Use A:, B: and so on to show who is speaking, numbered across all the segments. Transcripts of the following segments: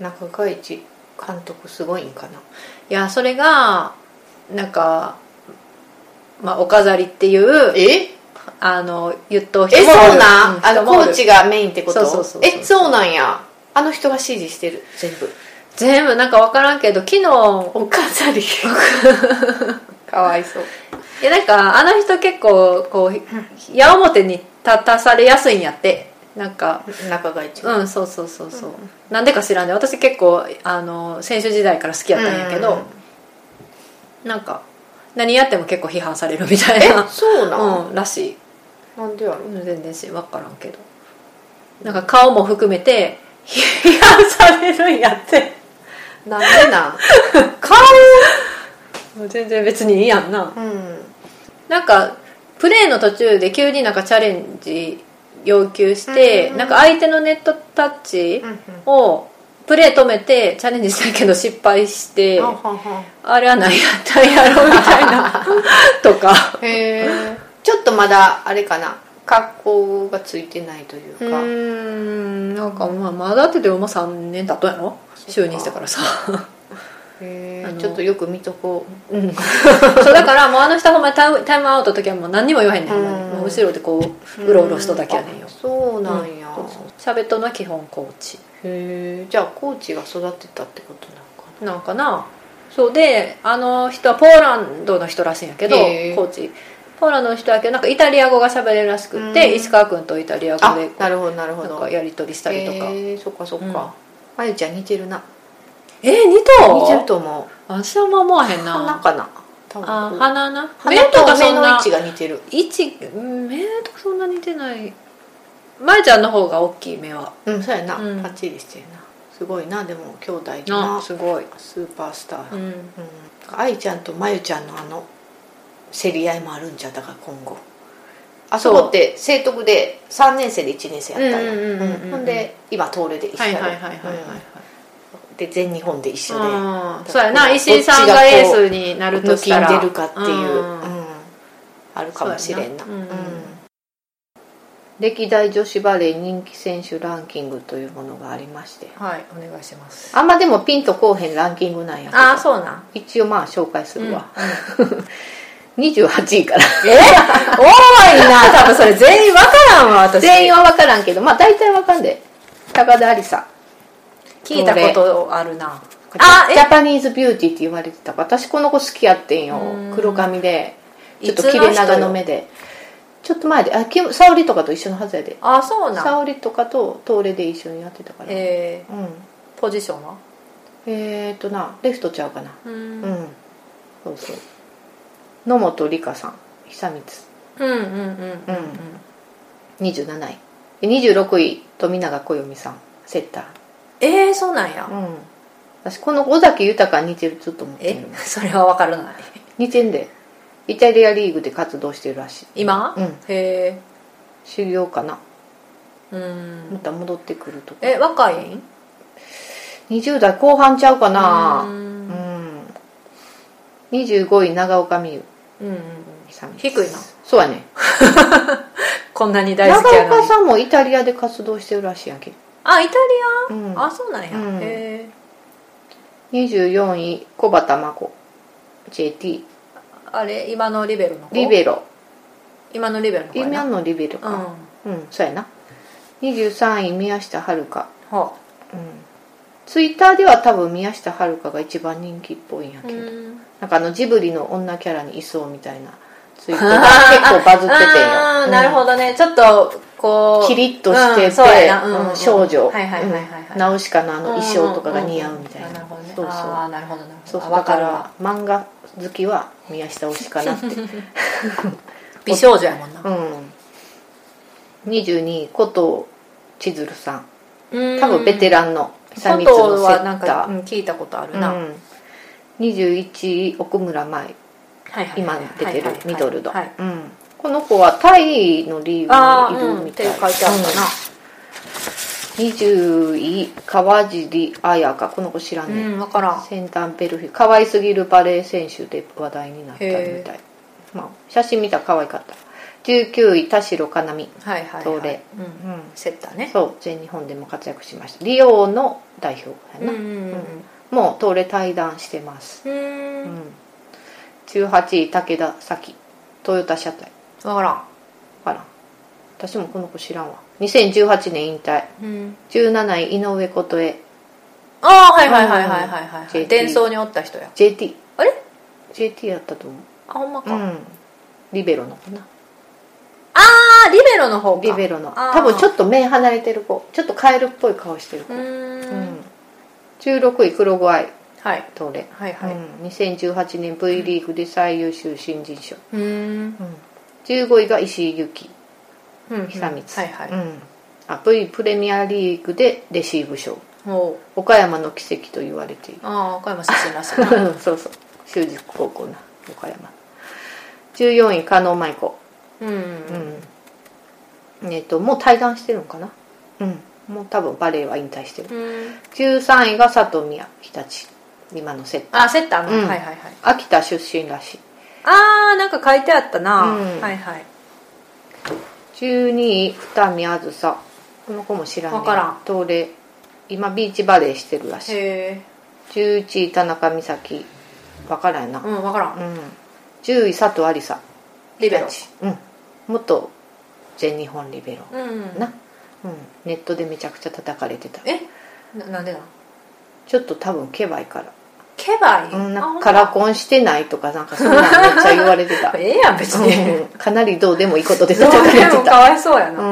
A: 中川一監督すごいんかないやそれがなんかまあお飾りっていう
B: え
A: あの言っと
B: えそうなん、あのコーチが
A: が
B: メインってこと
A: そうそうそうそう
B: えそうなんやあの人が指示してる全部
A: 全部なんか分からんけど昨日
B: お飾りかわいそう
A: いやなんかあの人結構こう矢面に立たされやすいんやってなんか
B: 中が一番
A: うんそうそうそうそうなんでか知らんね私結構あの選手時代から好きやったんやけど、なんか何やっても結構批判されるみたい
B: え
A: な
B: そうなん、
A: うんらしい
B: なんでやろ
A: 全然し分からんけどなんか顔も含めて批判されるんやって
B: なんでなん
A: 顔もう全然別にいいやんな
B: うん
A: なんかプレーの途中で急になんかチャレンジ要求して、
B: うん
A: なんか相手のネットタッチ
B: うん
A: をプレー止めてチャレンジしたけど失敗して、
B: ははは
A: あれは何やったんやろみた いなとか
B: へえちょっとまだあれかな格好がついてないという
A: う
B: か、
A: ーんなんかまあまだってでもまあ3年経ったやろ就任してからさ
B: へ
A: あ
B: え
A: の
B: ちょっとよく見とこう
A: う んそうだからもうあの人ほんまにタイムタイムアウトの時はもう何にも言わへんねん
B: うん
A: もう後ろでこううろうろしとだけやねんよ
B: あそうなんや、
A: そうそう喋っとんのは基本コーチ
B: へえじゃあコーチが育てたってことなのか
A: なんかなそうであの人はポーランドの人らしいんやけど、
B: へー
A: コーチポーランドの人やけどなんかイタリア語が喋れるらしくって、
B: うん
A: 石川君とイタリア
B: な
A: 語で
B: あなるほどなるほ
A: なん
B: ど
A: かやり取りしたりとかえ
B: へえそっかそっか、
A: うん
B: まゆちゃん似てるな
A: ー、似
B: 似てる
A: た
B: と思う
A: 私はあんま思わへん
B: 鼻
A: な
B: かな多分
A: あ鼻な
B: 鼻と
A: か
B: 目の位
A: な
B: 置が似てる
A: 位置うん目とかそんな似てない前ちゃんの方が大きい目は
B: うんそうやな、
A: うん
B: パッチリしてるなすごいなでも兄弟だ
A: あ
B: な
A: すごい、
B: スーパースター、
A: うん、
B: うん、愛ちゃんとまゆちゃんのあの競り合いもあるんじゃだから今後あそこって生徳で3年生で1年生やったんや
A: うんうんうんうんうん
B: うんほんで今東レで一緒
A: はい
B: や
A: はい
B: ろ
A: はいはいはいは
B: う
A: い、
B: んで全日本で一緒で
A: うんそうやな石井さんがエースになると
B: 抜
A: し
B: き
A: た
B: ん
A: ら
B: でるかっていう、
A: うん
B: うんあるかもしれんな
A: そうやなうん
B: うん歴代女子バレー人気選手ランキングというものがありまして
A: はいお願いします
B: あんまでもピンとこうへんランキングなんやけど
A: ああそうなん
B: 一応まあ紹介するわ、28位から
A: え多いな多分それ全員分からんわ私
B: 全員は分からんけどまあ大体分かんで高田ありさ
A: 聞いたことあるなあ
B: あジャパニーズビューティーって言われてた私この子好きやってんよ
A: うん
B: 黒髪でちょっと
A: いつ
B: 切
A: の人よ
B: れ長の目でちょっと前であき沙織とかと一緒のはずやで
A: あそうなん
B: 沙織とかと東レで一緒にやってたから
A: え
B: うん
A: ー、ポジションは
B: えー、っとなレフトちゃうかな
A: う
B: うんん、そうそう野本里香さん久光
A: うんうんうん
B: うん27位で26位富永暦さんセッター
A: えー、そうなんや
B: うん、私この尾崎豊に似てるちょっと思って
A: え
B: る
A: それは分からない
B: 似てんでイタリアリーグで活動してるらしい
A: 今、
B: うん
A: へ
B: 修行かな
A: えう
B: ま
A: ん
B: た戻ってくるとか
A: え若いん
B: 20代後半ちゃうか
A: う
B: なうんん25位長岡美優
A: うんうん
B: 久美
A: 低いな
B: そうやね
A: こんなに大
B: 長
A: 好きやの
B: 岡
A: に
B: さんもイタリアで活動してるらしいやんけ、
A: あイタリ
B: うん
A: ア、あそうなんや、
B: うん
A: へえ
B: 24位小畑真子 JT
A: あれ今のリベロの子
B: リベロ
A: 今のリベロの子や
B: 今
A: な
B: のリベロ
A: う
B: か
A: ん
B: うん、そうやな23位宮下遥
A: は
B: ツイッターでは多分宮下遥が一番人気っぽいんや
A: あ、
B: けど、
A: ん、
B: なんかあのジブリの女キャラにいそうみたいなツイー トが結構バズっててんよ
A: あーなるほどねちょっとこう
B: キリッとしてて、
A: うんそうやなうんうんうん
B: うん少女、
A: はいはいはいはいはい
B: うんナウシカのあの衣装とかが似合うみたいな,、
A: うんうんうんあな
B: そ
A: るほどね
B: うそう
A: ああなるほどなる
B: そ
A: ほ
B: う
A: ど
B: そ
A: あ
B: う
A: わ
B: だ
A: か
B: か
A: る
B: ら
A: わ
B: 漫画好きは宮下推しかなって
A: 美少女やもんな
B: うん22位琴千鶴さん多
A: 多
B: 分ベテランの久
A: 佐
B: 光
A: 藤
B: のセ
A: はなん
B: ッタ
A: か、
B: ー
A: うん、聞いたことあるな、
B: うん、21位奥村舞
A: はいはい
B: 今出てるミドルド、
A: はい
B: うん、この子はタイのリー
A: あ
B: グ
A: あ
B: にいるみたい、
A: うんって書いて
B: う
A: あるかな
B: ん20位川尻彩香この子知ら
A: う
B: ねえ、
A: ん、分からん
B: 先端ベルフィ可愛すぎるバレー選手で話題になったみた
A: へ
B: い、まあ、写真見たら可愛かった19位田代かなみ
A: はいはい、はい、
B: 東レ
A: うん
B: うん
A: セッターね
B: そう全日本でも活躍しましたリオの代表やな、
A: ん
B: もう東レ退団してます、
A: う
B: うん
A: ん
B: 18位武田咲トヨタ車体
A: 分から
B: かな私もこの子知らんわ2018年引退
A: ん、うん、
B: 17位井上琴恵
A: ああはいはいはいはいはいはい、
B: JT
A: 伝送におった人や
B: JT
A: あれ
B: JT やったと思
A: あほんまか、
B: う、う
A: あ
B: ん、リベロの子な
A: あリベロの方か
B: リベロの
A: あー
B: 多分ちょっと目離れてる子ちょっとカエルっぽい顔してる子、
A: うーん
B: うん16位黒子愛
A: はい
B: 東レ
A: はいはい
B: うん、2018年 V リーグで最優秀新人賞、
A: うーん
B: 15位が石井由紀、
A: うん
B: 久光、
A: はいはい、
B: うんあ V プレミアリーグでレシーブ賞
A: おう
B: 岡山の奇跡と言われている
A: ああ岡山出身らし いな
B: そうそう修実高校な岡山14位加納舞子、
A: うん、
B: うんえっともう退団してるのかな、うん、もう多分バレーは引退してる
A: うん、
B: 13位が佐藤宮日立今のセット
A: あセッターの、
B: うん
A: はいはいはい
B: 秋田出身らしい
A: ああなんか書いてあったな、
B: うん
A: はいはい
B: 12位二見あずさこの子も知らんね
A: わからん
B: 東レ今ビーチバレーしてるらしい
A: へえ
B: 11位田中美咲わからんな、
A: うん分からん、
B: うん10位佐藤ありさ
A: リベロ
B: 日立うん元全日本リベロ、
A: うん
B: な、うん、ネットでめちゃくちゃ叩かれてた
A: えななんでなの
B: ちょっと多分ケバイから、
A: ケバイ、
B: うん、
A: あ
B: なん
A: ほ
B: か
A: ん
B: カ
A: ま、
B: ラコンしてないとかなんかそんなんめっちゃ言われてた
A: ええやん別に、
B: うんかなりどうでもいいことで
A: どう
B: 叩かれ
A: でも
B: て
A: か
B: た
A: わいそうやな、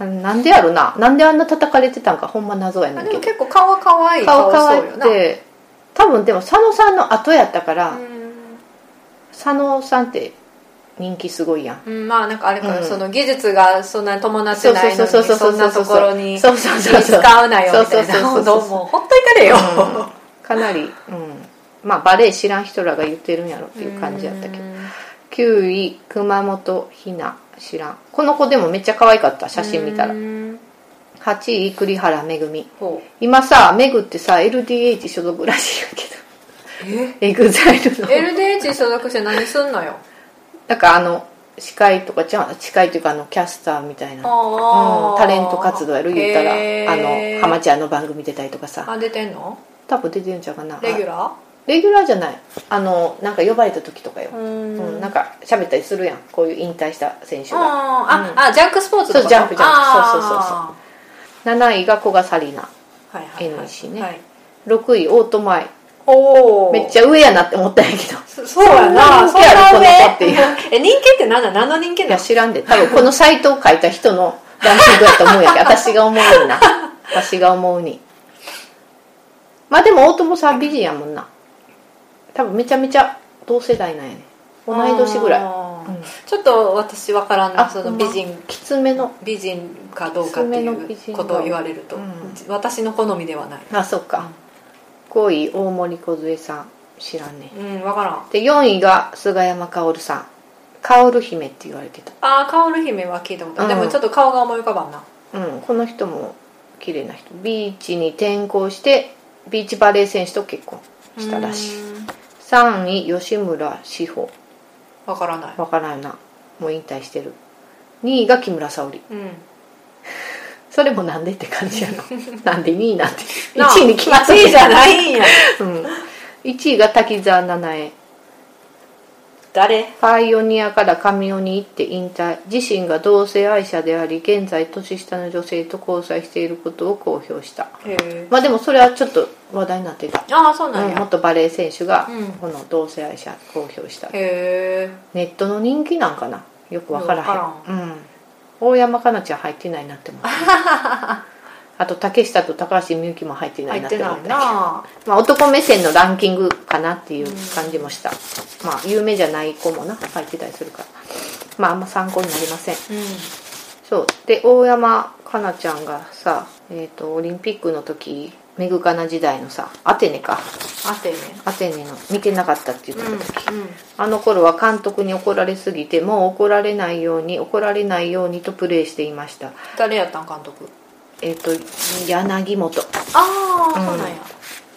B: うん、なんでやろななんであんな叩かれてたんかほんま謎やね
A: あ
B: ん
A: で
B: け
A: も
B: ど
A: 結構顔は可愛い
B: 顔可
A: そう
B: 愛
A: よ
B: く
A: な
B: て多分でも佐野さんの後やったから、
A: うん
B: 佐野さんって人気すごいやん
A: うん、まあなんかあれかな、
B: うん
A: その技術がそんなに伴ってないのに
B: そうそうそうそうそう
A: そんなところに
B: そうそうそうそう
A: 使うなよみたい
B: そうそうそ
A: な
B: うそう
A: どうもほっといたれよ、
B: う んかなり、うん、まあバレエ知らん人らが言ってるんやろっていう感じやったけど9位熊本ひな知らんこの子でもめっちゃ可愛かった写真見たら
A: うん
B: 8位栗原めぐみ
A: ほう
B: 今さめぐってさ LDH 所属らしいんやけど
A: え
B: エグザイルの
A: LDH 所属して何すんのよ
B: なんかあの司会とかじゃあ司会というかあのキャスターみたいな、
A: あ
B: うん
A: ー
B: タレント活動やる言ったら
A: へ
B: あ
A: ー
B: の浜ちゃんの番組出たりとかさ
A: あ出てんの
B: 多分出てるんちゃうかな
A: レギュ
B: あ
A: ラ
B: レギュラーじゃないあのなんか呼ばれた時とかよ
A: ー、う
B: うんんなんか喋ったりするやんこういう引退した選手が
A: あー、
B: うん
A: ああジャンクスポーツのこと
B: そうジャンプジャンプ
A: あー
B: そうそうそう7位が古賀紗理奈
A: はいはいはい、
B: NEC ね
A: はい、
B: 6位大友愛
A: おお
B: めっちゃ上やなって思ったんやけど
A: そそうやな
B: そんな人気ある
A: そんな上 え人気って何だ何の人気
B: い
A: な
B: や
A: の
B: 知らんで多分このサイトを書いた人のランキングやと思うんやけど私が思うにな私が思うにまあでも大友さん美人やもんな多分めちゃめちゃ同世代なんやね同い年ぐらい
A: あー
B: うん
A: ちょっと私わからんな
B: あ
A: そ
B: ほ
A: の
B: んま
A: 美人
B: きつめの
A: 美人かどうかって
B: 娘の美
A: い
B: 人
A: う
B: が
A: ことを言われると、
B: うん
A: 私の好みではない
B: あそっか5位大森梢さん知らんね
A: うんわからん
B: で4位が菅山薫さん薫姫って言われてた
A: ああ薫姫は聞いたことある、
B: うん
A: でもちょっと顔が思い浮かばんな
B: うんこの人も綺麗な人ビーチに転校してビーチバレー選手と結婚したらしい
A: い
B: 3位吉村志保
A: わからない
B: わからんなもう引退してる2位が木村沙織
A: うん
B: それもなんでって感じや ななんで2位なんて1
A: なあ
B: 位に決まった
A: 1位じゃ
B: い、
A: ないんや
B: うん、1位が滝沢七重
A: 誰
B: パイオニアから神尾に行って引退自身が同性愛者であり現在年下の女性と交際していることを公表した
A: へえ
B: まあでもそれはちょっと話題になってた、
A: ああそうなん
B: うん、
A: や、
B: 元バレー選手が
A: うん
B: この同性愛者公表した
A: へえ
B: ネットの人気なんかなよくわからへん
A: よく
B: うん、大山かなちゃん入ってないな って思ったあと竹下と高橋みゆきも入ってない
A: 入
B: なっ
A: っ
B: て
A: て
B: 思
A: な
B: った
A: いな
B: まあ、男目線のランキングかなっていう感じもした、まあ有名じゃない子もな入ってたりするからまああんま参考になりません
A: うん
B: そうで大山かなちゃんがさ、えー、とオリンピックの時メグカナ時代のさアテネか
A: アテネ
B: アテネの見てなかったって言ってた時、
A: うん
B: あの頃は監督に怒られすぎてもう怒られないように怒られないようにとプレーしていました
A: 誰やったん監督
B: えっ、と柳本
A: ああ、そうなんや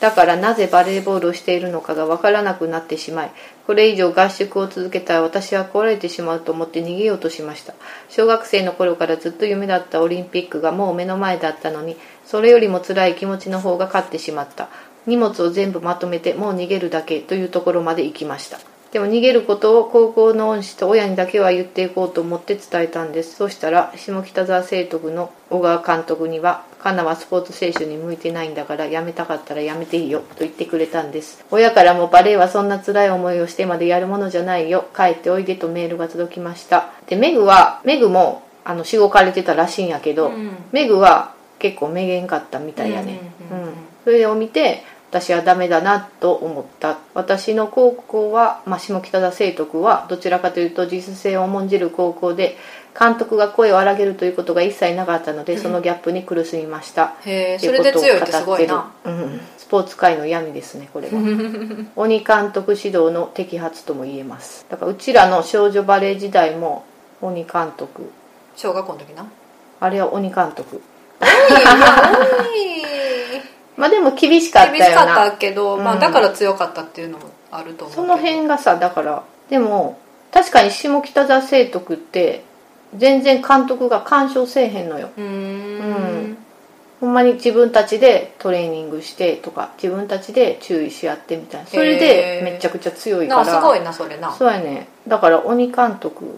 B: だからなぜバレーボールをしているのかが分からなくなってしまいこれ以上合宿を続けたら私は壊れてしまうと思って逃げようとしました小学生の頃からずっと夢だったオリンピックがもう目の前だったのにそれよりも辛い気持ちの方が勝ってしまった荷物を全部まとめてもう逃げるだけというところまで行きましたでも逃げることを高校の恩師と親にだけは言っていこうと思って伝えたんですそしたら下北沢生徒部の小川監督には「カナはスポーツ選手に向いてないんだから辞めたかったら辞めていいよ」と言ってくれたんです親からもバレエはそんな辛い思いをしてまでやるものじゃないよ帰っておいでとメールが届きましたでメグはメグもあのしごかれてたらしいんやけど、
A: うん
B: メグは結構めげんかったみたいやね、
A: うんうんうんうん
B: それを見て私はダメだなと思った私の高校は、まあ、下北沢生徳はどちらかというと自主性を重んじる高校で監督が声を荒げるということが一切なかったのでそのギャップに苦しみました、
A: へえ
B: とい
A: そうれ
B: こ
A: で
B: とを
A: 強いってすごいな
B: 語ってる、うん、スポーツ界の闇ですねこれは 鬼監督指導の摘発とも言えますだからうちらの少女バレエ時代も鬼監督
A: 小学校の時な
B: あれは鬼監督
A: 厳
B: まあでも厳しかった
A: し
B: よな
A: かったけど、ま
B: う
A: あ、
B: ん
A: だから強かったっていうのもあると思うけ
B: そ
A: ど
B: の辺がさだからでも確かに下北沢生徳って全然監督が干渉せえへんのよ
A: うー
B: うんほんまに自分たちでトレーニングしてとか自分たちで注意し合ってみたいなそれで
A: へー
B: めちゃくちゃ強いか
A: な
B: ら
A: あすごいなそれな
B: そうやねだから鬼監督っ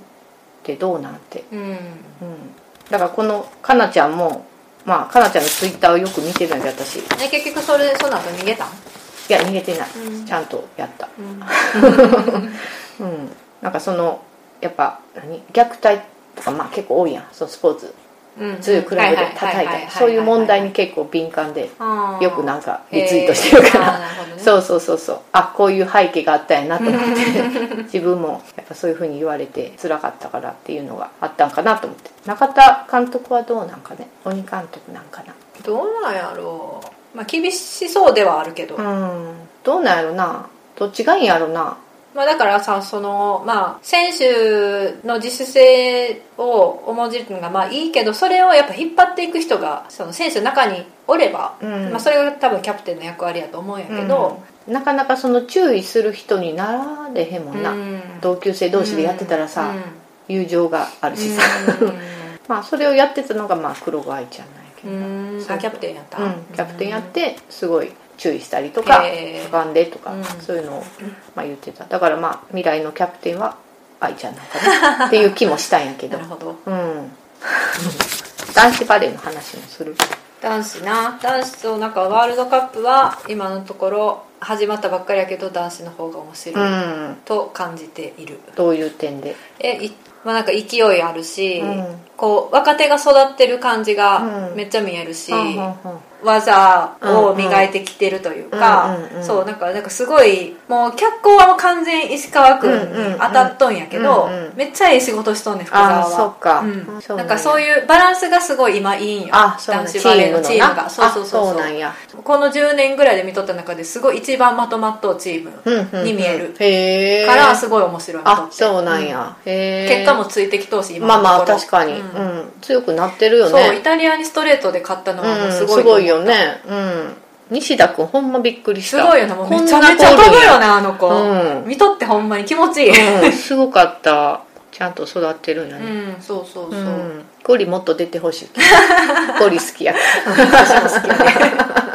B: てどうなんて
A: うん
B: うんだからこのかなちゃんもまあかなちゃんのツイッターをよく見てるんで私い
A: え結局それその後逃げたん
B: や逃げてない、
A: うん
B: ちゃんとやった
A: うん
B: うん、なんかそのやっぱ何虐待とかまあ結構多いやんそのスポーツ
A: うん
B: 強いクラブで叩いたりそういう問題に結構敏感でよくなんかリツイートしてるから、
A: ら
B: そうそうそうそうあこういう背景があったんやなと思って 自分もやっぱそういうふうに言われて辛かったからっていうのがあったんかなと思って中田監督はどうなんかね鬼監督なんかな
A: どうなんやろうまあ厳しそうではあるけど、
B: うんどうなんやろなどっちがいいんやろな
A: まあだからさそのまあ選手の自主性を重んじるのがまあいいけどそれをやっぱ引っ張っていく人がその選手の中におれば、
B: うん
A: まあそれが多分キャプテンの役割やと思うんやけど、
B: うんなかなかその注意する人になられへんも
A: うんん
B: な、同級生同士でやってたらさ、
A: うん
B: 友情があるしさ、 まあそれをやってたのがまあ黒子愛ちゃんなんやけ
A: う
B: ど、
A: んうん
B: そう
A: あキャプテンやった、
B: うんキャプテンやってすごい注意したりとか
A: へー
B: かんでとか、
A: うん
B: そういうのをまあ言ってただからまあ未来のキャプテンは愛ちゃんなんかなっていう気もしたんやけ
A: な
B: ど
A: るほど
B: うん男子バレーの話もする
A: 男子な男子となんかワールドカップは今のところ始まったばっかりやけど男子の方が面
B: う
A: 白い
B: ん
A: と感じている、
B: どういう点で
A: えいまあ、なんか勢いあるし、
B: うん
A: こう若手が育ってる感じが
B: うん
A: めっちゃ見えるし、
B: うんうんうん
A: 技を磨いてきてるというか、
B: うんうんうんうん
A: そうなんかなんかすごいもう脚光はもう完全石川君に当たっとんやけど、
B: うんうんうんうん
A: めっちゃええ仕事しとんねん福
B: あ
A: 沢
B: あ
A: は
B: そっか、
A: うん
B: そ
A: なんかそう
B: う
A: いうバランスがすごい今いいんよ
B: あそうなんや
A: 男
B: チ
A: 子バ
B: ー
A: レー
B: ム
A: の
B: の
A: チーム
B: な
A: がそうそうそう
B: あそう
A: そ
B: なんや
A: うこの10年ぐらいで見とった中ですごい一番まとまっとうチームに見える
B: へえ
A: からすごい面白いなと思
B: あ
A: って
B: そうなんや、へえ
A: 結果もついてきとうし今
B: まあ
A: のとこ
B: ま
A: ろ
B: あ確かに、う
A: うん
B: ん強くなってるよ
A: そうイ
B: ね
A: タリアにストレートで勝ったのはも
B: う
A: うんす
B: す
A: ごいと思
B: ご
A: う
B: いよねうん西田君ほんまびっくりし
A: す
B: た
A: ごいよなもう
B: こん
A: めち
B: な
A: ゃめちゃ
B: 子おる
A: 飛
B: ん
A: ぶ
B: や
A: よねあの子、
B: うん
A: 見とってほんまに気持ちいい
B: うんすごかったちゃんと育ってるんや
A: う
B: ね、
A: ん、そうそう
B: う
A: そう、
B: んゴリもっと出てほし いゴリ好きや
A: 私も好きやね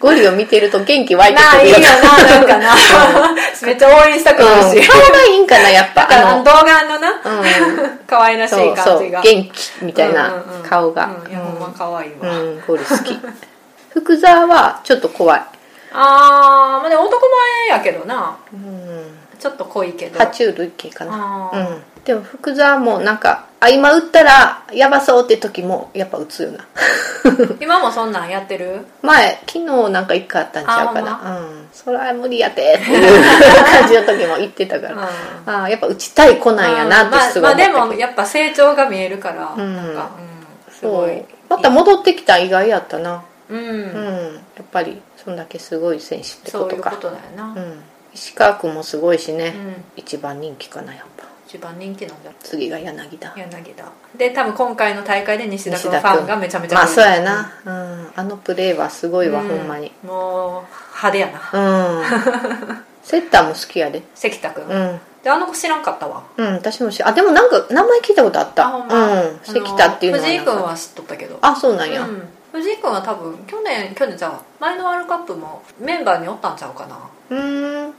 B: ゴリを見てると元気湧いて
A: なあ
B: く
A: い
B: る
A: いよ
B: よ
A: ななんかなめっちゃ応援したく
B: うん
A: なるし、
B: 顔がいいんかなやっ
A: だから
B: ぱ
A: あ
B: あ
A: の
B: の
A: 動画のな
B: うん
A: 可愛らし
B: そ
A: いう
B: そ
A: 感
B: う
A: じが
B: 元気みたいな
A: うんうんうん
B: 顔が、
A: うんいやほんま可愛いわ、
B: うん、ゴリ好き福沢はちょっと怖い、
A: あーまあでも男前やけどな
B: うん、
A: ちょっと濃いけど
B: 爬虫類系かな、
A: あ
B: う
A: ー
B: ん、でも福沢もなんかあ今打ったらやばそうって時もやっぱ打つよな
A: 今もそんなんやってる
B: 前昨日なんか一回あったんちゃうか
A: あほ
B: な、うん、それは無理やてっていう感じの時も言ってたから、
A: う
B: ああやっぱ打ちたい子なんやなってすごい思った
A: まあ、まあ
B: けど、
A: でもやっぱ成長が見えるから、
B: うん
A: なんか、うん、す
B: そ
A: ご
B: う
A: い
B: また戻ってきた意外やったな、
A: う、
B: うんんやっぱりそんだけすごい選手って
A: そ
B: こ
A: うい
B: と
A: う
B: か
A: ことだよな、
B: うん、石川君もすごいしね、
A: うん
B: 一番人気かなやっぱ
A: 一番人気なんじゃない
B: 次が柳田
A: 柳田で多分今回の大会で西田君フ
B: 西田君
A: ァンがめちゃめちゃ
B: まあ
A: 増
B: そう
A: え
B: や
A: る
B: な、うん、あのプレーはすごいわ、
A: うん
B: ほんまに
A: もう派手やな
B: うんセッターも好きやで
A: 関田君、
B: うん
A: であの子知らんかったわ
B: うん私もしあでもなんか名前聞いたことあった
A: あほんま
B: うん関田っていうの
A: あの藤井
B: なんか
A: 君は知っとったけど
B: あそうなんや、
A: うん、藤井君は多分去年去年じゃあ前のワールドカップもメンバーにおったんちゃうかな
B: うーん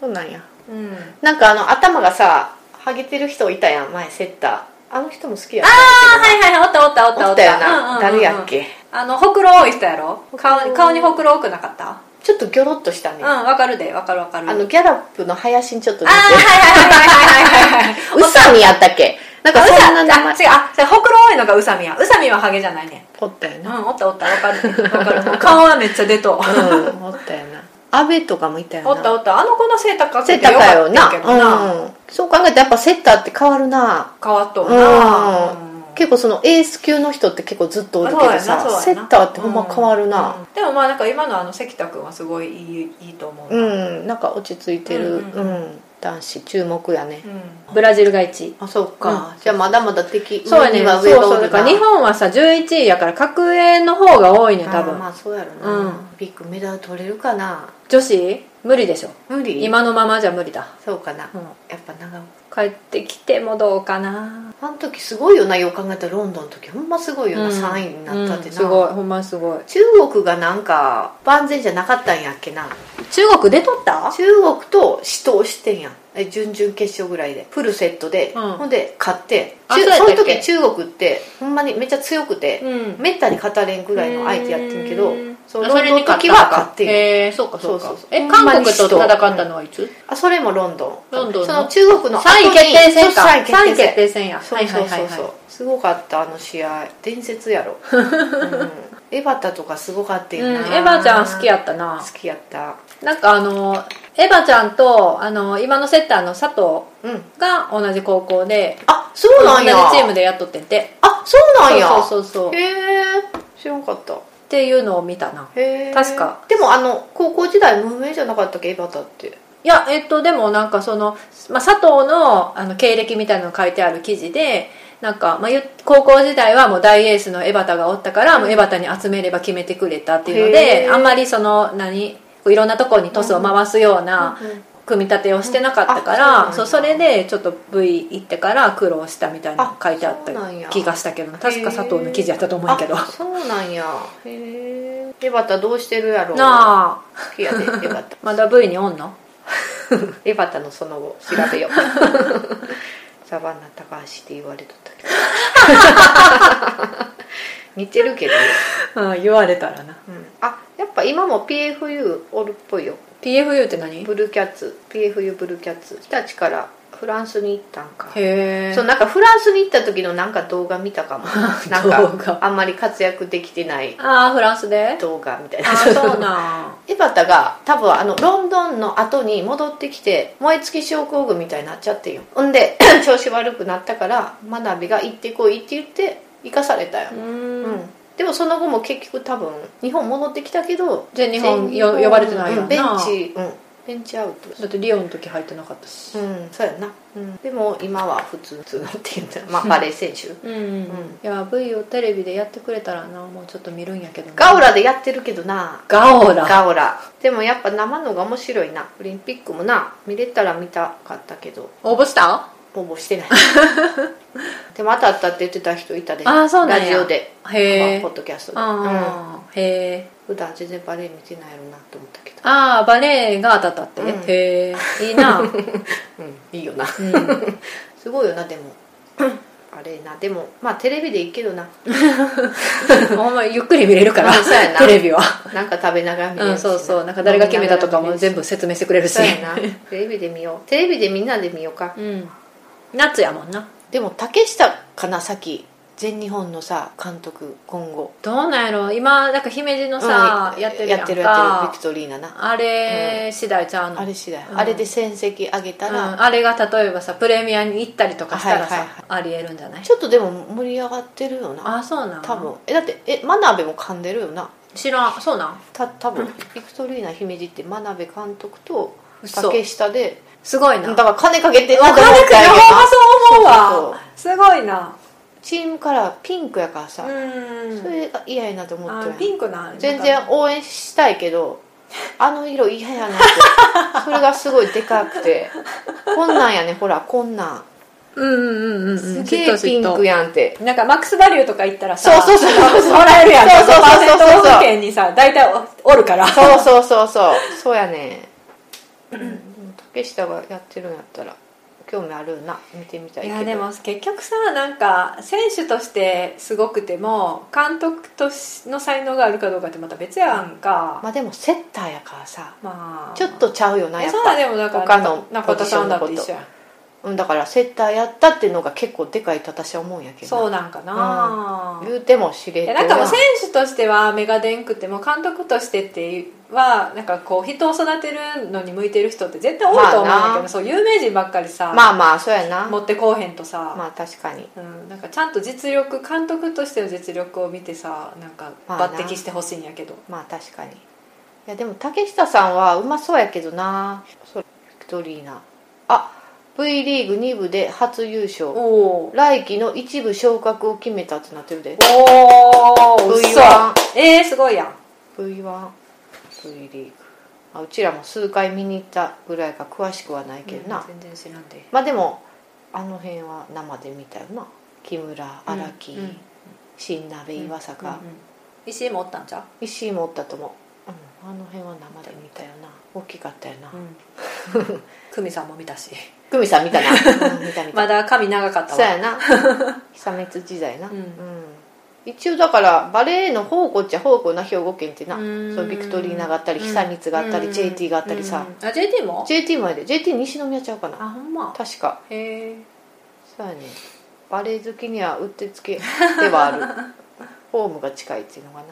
B: そうなんや
A: うん
B: なんかあの頭がさハゲてる人いたやん前セッターあの人も好きや
A: あはいはいおったおったおっ
B: あ
A: た
B: おったよな、誰やっけ
A: あのほくろ多い人やろ顔
B: うん
A: 顔にほくろ多くなかった
B: ちょっとギョロッとしたね、
A: うんわかるでわかるわかる
B: あのギャラップの林にちょっ と
A: あ
B: 似
A: ーはい
B: て
A: はいはいはいはいはい
B: る宇佐美やったっけなんか
A: あう
B: そ
A: さ
B: んな名前
A: あ違うあそれほくろ多いのがうさみやうさみはハゲじゃないね
B: おったよ
A: うん
B: な
A: おったおったわかるねわかる顔はめっちゃ出とう
B: うんおったよな阿部とかもいたよな
A: おったおったあの子の背高くて
B: セ
A: よ
B: ッター
A: かっ
B: かよな
A: たけどな
B: うん、そう考えたらやっぱセッターって変わるな
A: 変わっとうな
B: う
A: うん
B: 結構そのエース級の人って結構ずっとおるけど
A: そうやなそうや
B: さ
A: な
B: セッターってほんま変わる
A: うん
B: な
A: うんでもまあなんか今のあの関田君はすごいいいいいと思う
B: う
A: な、
B: ん、なんか落ち着いてる、
A: う
B: うんん
A: うん
B: 男子注目やね、
A: うんブラジルが1位
B: あそう
A: か
B: じゃあまだまだ敵
A: そうやね
B: 上
A: そう
B: には上が
A: そう
B: お
A: だ
B: る
A: から
B: な
A: 日本はさ11位やから格上の方が多いね多
B: あー
A: 分、
B: まあそうやろな、
A: うん
B: ビッグメダル取れるかな
A: 女子無理でしょ
B: 無理
A: 今のままじゃ無理だ、
B: そうかな、
A: うん
B: やっぱ長岡
A: 帰ってきてもどうかな
B: あの時すごいよなよう考えたらロンドンの時ほんますごいよな、
A: うん
B: 3位になったってな、
A: うんすごいほんますごい
B: 中国がなんか万全じゃなかったんやっけな
A: 中国出とった
B: 中国と死闘してんやんえ準々決勝ぐらいでフルセットで、
A: うん
B: ほんで勝って
A: あ
B: 中
A: そうやった
B: そ
A: っけ
B: の時中国ってほんまにめっちゃ強くて、
A: ん
B: めったに勝たれんぐらいの相手やってんけど
A: うん
B: そう
A: あ
B: ロンドンの時は勝ってんやん
A: へえそうかそうか
B: そうそうそう
A: え韓国と戦ったのはいつ、
B: あそれもロンドン
A: ロンドンの
B: その中国の後
A: 3位
B: に
A: 決定戦か
B: そう3位決定戦
A: 戦や
B: そうそうそう
A: はいはいはい
B: そ
A: は
B: うすごかったあの試合伝説や ろ、うんエバタとかすごかったよ
A: い
B: な、
A: うん、エヴァちゃん好きやったな
B: 好きやった
A: なんかあのエヴァちゃんとあの今のセッターの佐藤
B: うん
A: が同じ高校で
B: あそう
A: 同
B: なん
A: じ
B: や
A: チームでやっとってんて
B: あそうなんや
A: そうそうそうそうっ
B: へえ知らんかった
A: ていうのを見たな
B: へえ
A: 確か
B: でもあの高校時代無名じゃなかったっけエバタって
A: いやえっとでもなんかその、まあ、佐藤のあの経歴みたいなの書いてある記事でなんか、まあ、ゆ高校時代はもう大エースの江端がおったから、もう江端に集めれば決めてくれたっていうの
B: へ
A: で
B: ー
A: あんまりその何こういろんなところにトスを回すような組み立てをしてなかったか
B: うん
A: ら、
B: あ
A: そう
B: そ
A: そう
B: なん
A: れ
B: や
A: でちょっと V 行ってから苦労したみたいなの書いてあっ
B: あそうなん
A: た
B: や
A: 気がしたけど確か佐藤の記事やったと思うんやけど
B: あ
A: な
B: そうなんやへえエバタどうしてるやろ好
A: あ
B: きやでエバタ
A: まだ V におんの
B: エバタのその後調べようサバンナ高橋って言われとったけど似てるけどね、
A: うん言われたらな
B: うん、あやっぱ今も PFU おるっぽいよ
A: PFU って何へ
B: ブルーキャッツ PFU ブルーキャッツ日立からフランスに行ったんか
A: え
B: そうなんかフランスに行った時のなんか動画見たかもなん
A: 動
B: か
A: 画
B: あんまり活躍できてない
A: ああフランスで
B: 動画みたいな
A: ああそうなん
B: エバタが多分あのロンドンの後に戻ってきて燃え尽き症候群みたいになっちゃってんよほんで 調子悪くなったからマナビが行ってこいって言って行かされたよ
A: う、
B: うん
A: ん
B: でもその後も結局多分日本戻ってきたけど
A: 全日本
B: 全
A: よ呼ばれてないよ
B: うん
A: な
B: ベンチ、うん、ベンチアウト
A: だってリオの時入ってなかったし
B: うんそうやな、うん、でも今は普通普通のって言ったら、 まあ、バレー選手
A: うん、うん
B: うん
A: いや V をテレビでやってくれたらなもうちょっと見るんやけどな
B: ガオラでやってるけどな
A: ガオラ
B: ガオラでもやっぱ生のが面白いなオリンピックもな見れたら見たかったけど
A: 応募した
B: 応募 してないでも当たったって言ってた人いたで
A: あーそうなんや
B: ラジオで、
A: へえ
B: まあポッドキャストで、うん、
A: あーへえ
B: 普段全然バレエ見てないやろうなと思ったけど
A: ああバレエが当たったって、
B: うん
A: へえい いな、うん、
B: うんいいよな すごいよな でもあれなでもまあテレビでいいけ どな
A: ほんまゆっくり見れるから
B: あ そうやな
A: テレビは、
B: なんか食べながら見れるし
A: うん、そうそうなんか誰が決めたとかも全部説明してくれるし
B: そうやなテレビで見ようテレビでみんなで見ようか
A: うん夏やもんな
B: でも竹下かなさっき全日本のさ監督今後
A: どうなんやろ今なんか姫路のさ、
B: うん
A: やってるや
B: や
A: んか
B: ってるやってるビクトリーナな
A: あれ次第ちゃうの、
B: あれ次第、
A: うん
B: あれで戦績上げた
A: うん
B: ら、
A: あれが例えばさプレミアに行ったりとかしたらさ、
B: はいはいはい
A: ありえるんじゃない
B: ちょっとでも盛り上がってるよな
A: あそうなん
B: 多分えだってえ真鍋も噛んでるよな
A: 知らんそうなん
B: た多分ビクトリーナ姫路って真鍋監督と
A: 嘘
B: 竹下です
A: ごいな
B: だから金かけて
A: わかるけど
B: な
A: ほんまそう思うわ
B: そうそう
A: すごいな
B: チームカラーピンクやからさ、
A: うん
B: それが嫌やなと思っ
A: あ
B: てる
A: ピンクなん
B: 全然応援したいけどあの色嫌やなって それがすごいでかくてこんなんやねほらこんなん
A: うんうんうんうん
B: すげえピンク
A: や
B: やんって
A: なんかマックスバリューとか行ったらさ
B: そうそうそうそう
A: もらえるやん
B: そうそうそうそう
A: 5%オフ券にさ大体おるから
B: そうそうそうそう そうやねうん竹下がやってるんやったら興味あるな見てみたい
A: い
B: けど
A: やでも結局さなんか選手としてすごくても監督としの才能があるかどうかってまた別やんか、
B: まあでもセッターやからさ
A: まあ
B: ちょっとちゃうよな
A: え
B: やっ
A: そう
B: ぱ
A: だでもだから
B: 他の
A: 中田さんだっ
B: ポ
A: て
B: ジ
A: 一
B: シ
A: 緒
B: ョン
A: やん
B: うんだからセッターやったっていうのが結構でかいと私は思うんやけど
A: そうなんかな、
B: 言うても知れ
A: い
B: て
A: や
B: るや
A: なん
B: ん
A: かもう選手としては目がでんくても監督としてってはなんかこう人を育てるのに向いてる人って絶対多いと思うんだけど、
B: まあな
A: そう有名人ばっかりさ、
B: まあまあそうやな
A: 持ってこうへんとさ、
B: まあ確かに
A: うん、なんかちゃんと実力監督としての実力を見てさなんか
B: まあな
A: 抜擢してほしいんやけど、
B: まあ確かにいやでも竹下さんはうまそうやけどなそうビクトリーナあ V リーグ2部で初優勝
A: おー
B: 来季の一部昇格を決めたってなってるで
A: おお
B: V1
A: えー、すごいやん
B: V1V リーグあうちらも数回見に行ったぐらいか詳しくはないけどな、
A: 全然知らんで
B: まあでもあの辺は生で見たよな木村荒木、
A: うん
B: 新鍋岩坂、
A: うんうん石井もおったんちゃ
B: 石井もおったと思う、うん、あの辺は生で見たよな大きかったよな
A: う、久美さんも見たし
B: 久美さん見たな、うん見た見た、
A: まだ髪長かった
B: そう
A: わ
B: やな久滅時代な、
A: うん
B: 一応だからバレエの宝庫っちゃ宝庫な兵庫県ってな
A: うーん
B: そうビクトリーナがあったり
A: うん
B: 久光があったり、
A: うん
B: JT があったりさ、
A: うんあ JT も
B: JT もやで JT 西宮ちゃうかな
A: あほんま
B: 確か
A: へえ
B: そうやねバレエ好きにはうってつけではあ るホームが近いっていうのかな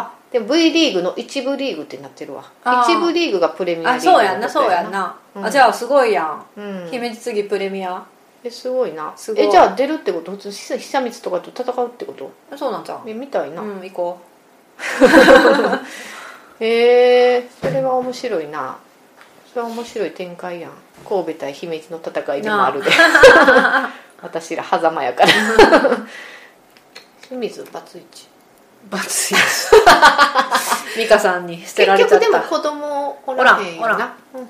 B: あでも V リーグの一部リーグってなってるわ
A: あー
B: 一部リーグがプレミアリー
A: あ
B: グのこ
A: そ
B: と
A: うやんなそうやんな
B: うん
A: あじゃあすごいやん
B: うん
A: 姫路次プレミア
B: えすごいな
A: すごい
B: えじゃあ出るってこと普通に久久光とかと戦うってこと
A: そうなんちゃう
B: えみたいな、
A: うん行こ
B: へえそれは面白いなそれは面白い展開やん神戸対姫路の戦いでもあるで私ら狭間やから清水バツイチ
A: うバツイチ美香さんに捨てられちゃ
B: 結
A: った
B: 局でも子供おらへんよ
A: おらん
B: なうんうん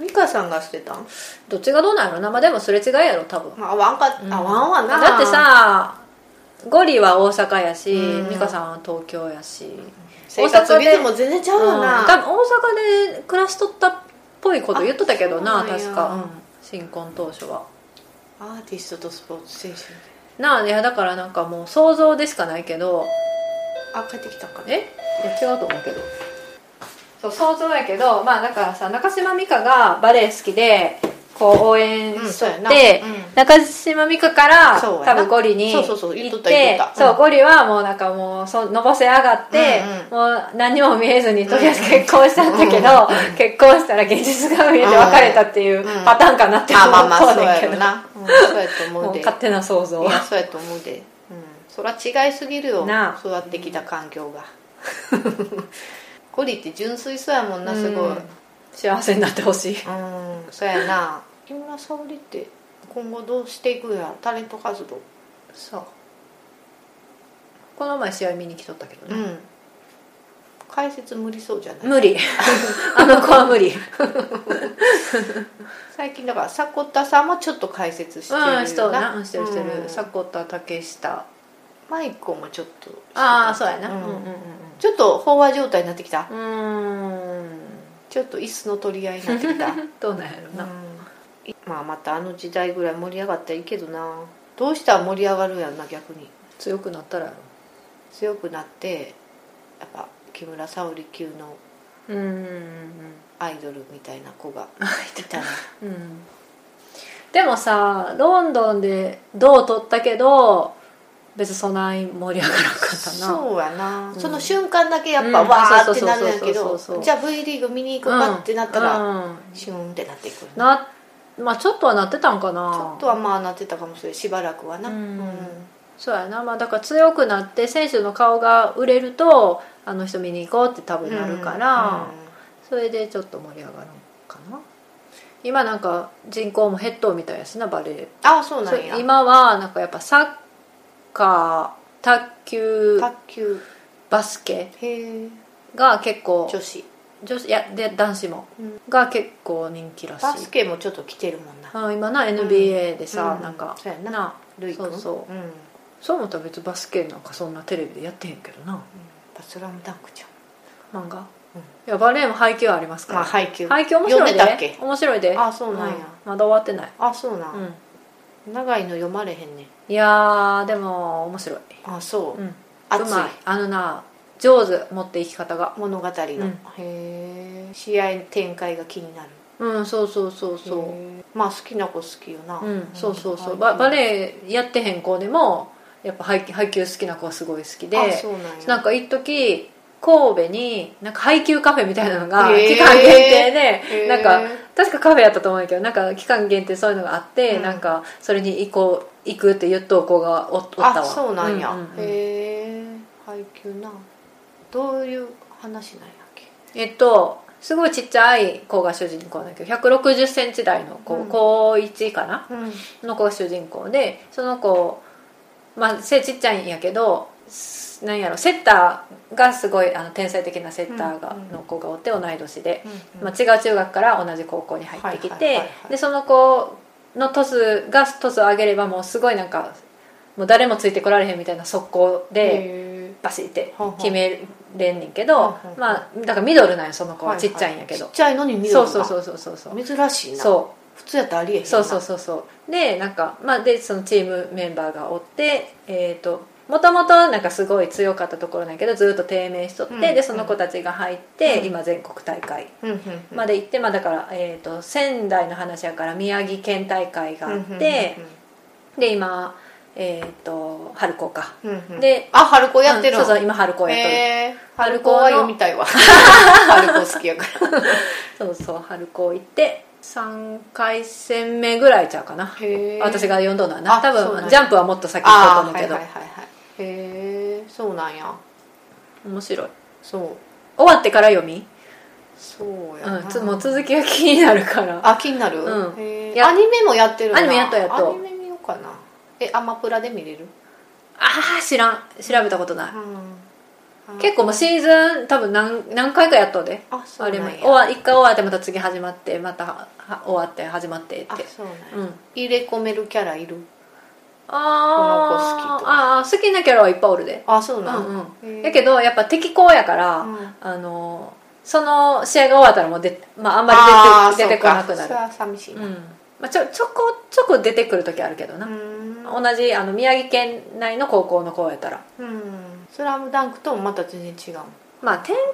B: 美香さんが捨てたん、
A: どっちがどうなんやろなまあでもすれ違いやろ多分
B: まあ、ワンか、
A: うん
B: あワンはな
A: だってさゴリは大阪やし、
B: うん
A: 美香さんは東京やし、
B: 生活リズム全然ちゃうよ
A: うん
B: な、
A: 多分大阪で暮らしとったっぽいこと言っとったけどな
B: あそうなんや
A: 確か、うん新婚当初は
B: アーティストとスポーツ選手
A: なあいやだからなんかもう想像でしかないけど
B: あ帰ってきたんか ね
A: えいや違うと思うけどそう想像やけどまあだからさ中島美嘉がバレエ好きでこう応援
B: うん
A: し
B: そう
A: と
B: や
A: っ
B: な
A: て、
B: うん
A: 中島美嘉から
B: そうやな
A: 多分ゴリに
B: そう
A: 行って
B: そうそう言っとった言っとった
A: そう
B: うん
A: ゴリはもうなんかもうそのぼせ上がって、もう何にも見えずにとりあえず結婚したんだけど、結婚したら現実が見えて別れたっていう
B: うん
A: パターンかなって思
B: あまあまあ
A: っ たん
B: そう
A: だ
B: や
A: け
B: ろ
A: ど、
B: な、うん、そうやと思
A: も
B: う
A: う
B: でい
A: 勝手な想像
B: やそうやと思うで、うん、そら違いすぎるよ
A: なあ
B: 育ってきた環境が ゴリって純粋そうやもんなすごい
A: うん幸せになってほしい
B: うん、そうやな木村沙織って今後どうしていくやタレント活動
A: そうこの前試合見に来とったけどね、
B: ん解説無理そうじゃない
A: 無理 あの子は無理
B: 最近だから迫田さんもちょっと解説してるよ
A: うん人なうんしてるしてる
B: うん
A: 迫田竹下
B: マイコもちょっとしてた
A: ああそうやな
B: うん
A: うん
B: ちょっと飽和状態になってきた
A: うんうん
B: ちょっと椅子の取り合いになってきた
A: どうなんやろな、
B: うんまあまたあの時代ぐらい盛り上がったらいいけどなどうしたら盛り上がるんやろな逆に
A: 強くなったらやろ
B: 強くなってやっぱ木村沙織級の
A: うんうん
B: アイドルみたいな子がい たら
A: うんうんでもさロンドンで銅取ったけど別にそない盛り上がらなかったな
B: そうやな、
A: うん
B: その瞬間だけやっぱ、
A: うん
B: わーってなるんやけ
A: そうそうそう
B: ど
A: そうそう
B: じゃあ V リーグ見に行こうかってなったら、
A: うん
B: シュンってなっていくよね
A: なまあちょっとはなってたんかな
B: ちょっとはまあなってたかもしれないしばらくはな、
A: うん
B: うん
A: そうやなまあだから強くなって選手の顔が売れるとあの人見に行こうって多分なるから、
B: うん
A: それでちょっと盛り上がるのかな今なんか人口も減っとうみたいやしなバレエ
B: あそうなん
A: そ
B: や
A: う今はなんかやっぱサッカー卓球
B: 卓球
A: バスケ
B: へえ
A: が結構
B: 女子
A: 女子いやで男子も、
B: うん
A: が結構人気らしい
B: バスケもちょっと来てるもんな
A: あ今な NBA でさ、
B: う
A: なんか
B: そうやんな
A: な
B: ルイ君
A: そうそう
B: うん、
A: そう思ったら別にバスケなんかそんなテレビでやってへんけどな
B: バスラムダンクちゃん
A: 漫画、
B: うん
A: いやバレエも配給ありますから、
B: まあ配給
A: 配給面白いで
B: 読んでたっ
A: 面白いで
B: あそうなんや
A: まだ終わってない、
B: あそうなん、
A: うん、
B: 長いの読まれへんね
A: いやーでも面白い、
B: あそう、
A: うん、
B: 熱
A: う
B: い
A: まいあのな上手持っていき方が
B: 物語が、
A: ん
B: へえ試合展開が気になる
A: うんそうそうそうそ
B: へえまあ好きな子好きよな
A: う、うん、そうそうそう、
B: ん
A: ババレエやってへん子でもやっぱ配給配給好きな子はすごい好きで
B: あそうなんや
A: なんか一時神戸になんか配給カフェみたいなのが
B: へー
A: 期間限定
B: へ
A: で
B: ー
A: なんか確かカフェやったと思うんやけどなんか期間限定そういうのがあって、
B: うん
A: なんかそれに行こう行くって言っとう子がおおったわ
B: あそうなんや、
A: うううん
B: へえ配給などういう話なんやっけ
A: えっとすごいちっちゃい子が主人公なんだけど1 6 0ンチ台の子、
B: うん
A: 高1かな
B: うん
A: の子が主人公でその子まあ背ちっちゃいんやけどすなんやろセッターがすごいあの天才的なセッターが、
B: うんうん
A: の子がおって同い年で、ま
B: ま
A: あ、違う中学から同じ高校に入って
B: は
A: き
B: いはい
A: て
B: はいはい
A: でその子のトスがトスを上げればもうすごいなんかもう誰もついてこられへんみたいな速攻で
B: へ
A: バシって
B: ほんほん
A: 決めれんねんけ
B: ほん
A: ど
B: ほん
A: まあだからミドルなんよその
B: え
A: 子はちっちゃいんやけど
B: ちっちゃいのに見る
A: そうそうそううそうそうそう
B: 珍しいな
A: そう
B: 普通やったらありえへんな
A: そうそうそうそうでなんかまあでそのチームメンバーがおってえっ、ともともとなんかすごい強かったところなんやけどずっと低迷しとって、
B: うん
A: でその子たちが入って、
B: うん
A: 今全国大会
B: うんうんうん
A: まで行って、まあ、だから、えー、と仙台の話やから宮城県大会があって、で今、えー、と春高か、
B: うんうんうん
A: で
B: あ春子やってる
A: うん
B: の
A: そうそう今春高やっとる、
B: へえ春
A: 子
B: 子
A: の
B: は読み たいわ春子好きやから
A: そうそう春高行って3回戦目ぐらいちゃうかな、
B: へえ
A: 私が読んどんのは
B: あ
A: な多
B: そうなんや
A: 分ジャンプはもっと先行ったと
B: ああ
A: 思う
B: は
A: け
B: い
A: ど、
B: はいはいはいへえそうなんや
A: 面白い
B: そう
A: 終わってから読み
B: そうやな
A: うん、つもう続きが気になるから
B: あ気になる、
A: うん
B: へー
A: いや
B: アニメもやってるんだ
A: アニメやっとやっ
B: ア
A: と
B: ニメ見ようかなえアマプラで見れる、
A: ああ知らん調べたことない結
B: 構
A: 構もうシーズン多分何何回かやっとうで
B: あそ
A: あ
B: う
A: れ
B: な
A: も
B: んや
A: 終わ一回終わってまた次始まってまたはは終わって始まってっ
B: あ
A: て
B: そうなんや、
A: うん
B: 入れ込めるキャラいるこの子好
A: あ
B: きと
A: ー
B: か
A: あー好きなキャラはいっぱいおるで
B: あそう
A: う
B: なん
A: んうん
B: や
A: やけどやっぱ敵校やから、
B: うん
A: あのーその試合が終わったらもうで、まあ、あん
B: あ
A: まり出て出てこなく
B: そ
A: な
B: うかそれ
A: る
B: は寂しいうな、
A: んまあ、ちょちょこちょこ出てくる時あるけどな、
B: うん
A: 同じあの宮城県内の高校の子やったら
B: うんスラムダンクともまた全然違う
A: まあ展開は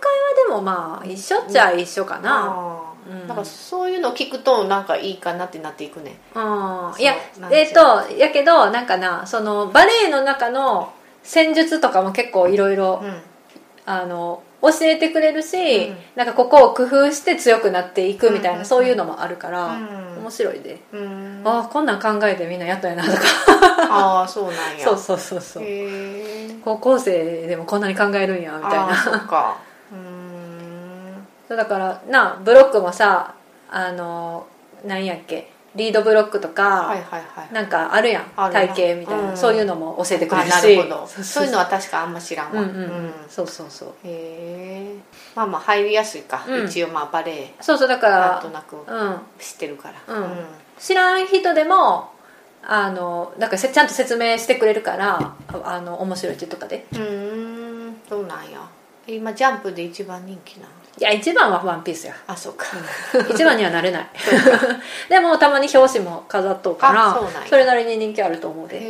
A: でもまあ一緒っちゃ一緒かな、
B: あー
A: うん
B: なんかそういうの聞くとなんかいいかなってなっていくね
A: うん
B: そう
A: いや
B: なん
A: え
B: で
A: っ、
B: すよ
A: とやけどなんかなそのバレエの中の戦術とかも結構いろいろ
B: ん
A: あの教えてくれるし、
B: うん
A: なんかここを工夫して強くなっていくみたいな、
B: うんうん
A: そういうのもあるから、
B: うん
A: 面白いで、
B: うん
A: ああこんなん考えてみんなやっとやなとか
B: あーそうなんや
A: そうそうそうそう
B: へー
A: 高校生でもこんなに考えるんやみたい
B: あ
A: な
B: ーそっ かうーん
A: そうだからなブロックもさあのなんやっけリードブロックとか、
B: はいはいはい
A: なんかあるやん
B: あるな
A: 体型みたいな、
B: うん
A: そういうのも教えてくれ
B: あ
A: るし
B: なるほど
A: そ
B: そうう
A: そう
B: いうのは確かあんま知らん
A: う
B: わ、
A: んうん、
B: うん
A: そうそうそう
B: へえまあまあ入りやすいか、
A: うん
B: 一応まあバレエ
A: そうそうだか
B: なんと
A: ら
B: なく
A: うん
B: 知ってるから
A: うん知らん人でもあのだからせちゃんと説明してくれるからああの面白いって言っとったで
B: うんうーんそうなんや今ジャンプで一番人気なの
A: いや一番は「ワンピ ースや
B: あそうか、
A: 一番にはなれない でもたまに表紙も飾っとうから
B: あそうなんや
A: れなりに人気あると思うで
B: へ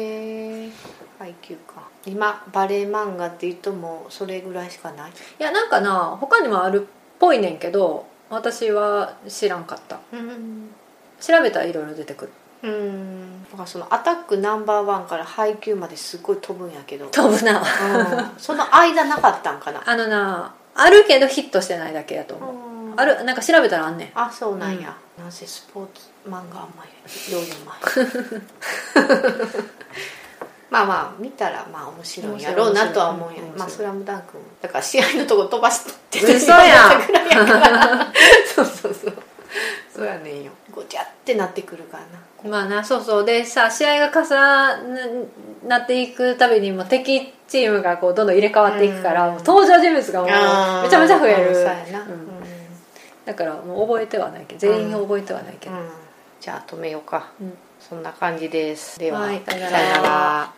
B: え配給か今バレエ漫画って言うともうそれぐらいしかない
A: いやなんかな他にもあるっぽいねんけど私は知らんかった
B: うん
A: 調べたらいろいろ出てく
B: う
A: る
B: んだからそのアタックナンバーワンから配給まですごい飛ぶんやけど
A: 飛ぶな
B: うんその間なかったんかな
A: あのなあるけどヒットしてないだけやと思う、
B: うん
A: あるなんか調べたらあんねん
B: あそうなんや、なんせ スポーツ漫画あんまり読んでないまあまあ見たらまあ面白いんやろうなとは思うんや
A: 面白い面白い
B: まあスラムダンクもだから試合のとこ飛ばしとって
A: 嘘やん
B: ぐらいやからそうそう そうそうやねんよごちゃってなってくるからな
A: まあなそうそうでさ試合が重なっていくたびにも敵チームがこうどんどん入れ替わっていくから、
B: うん
A: 登場人物がもうめちゃめちゃ増え
B: う
A: る
B: んそうやな、
A: う
B: うんん
A: だからもう覚えてはないけど全員覚えてはないけど、
B: うんじゃあ止めようか
A: うん
B: そんな感じですでは、
A: はいさよなら
B: さよなら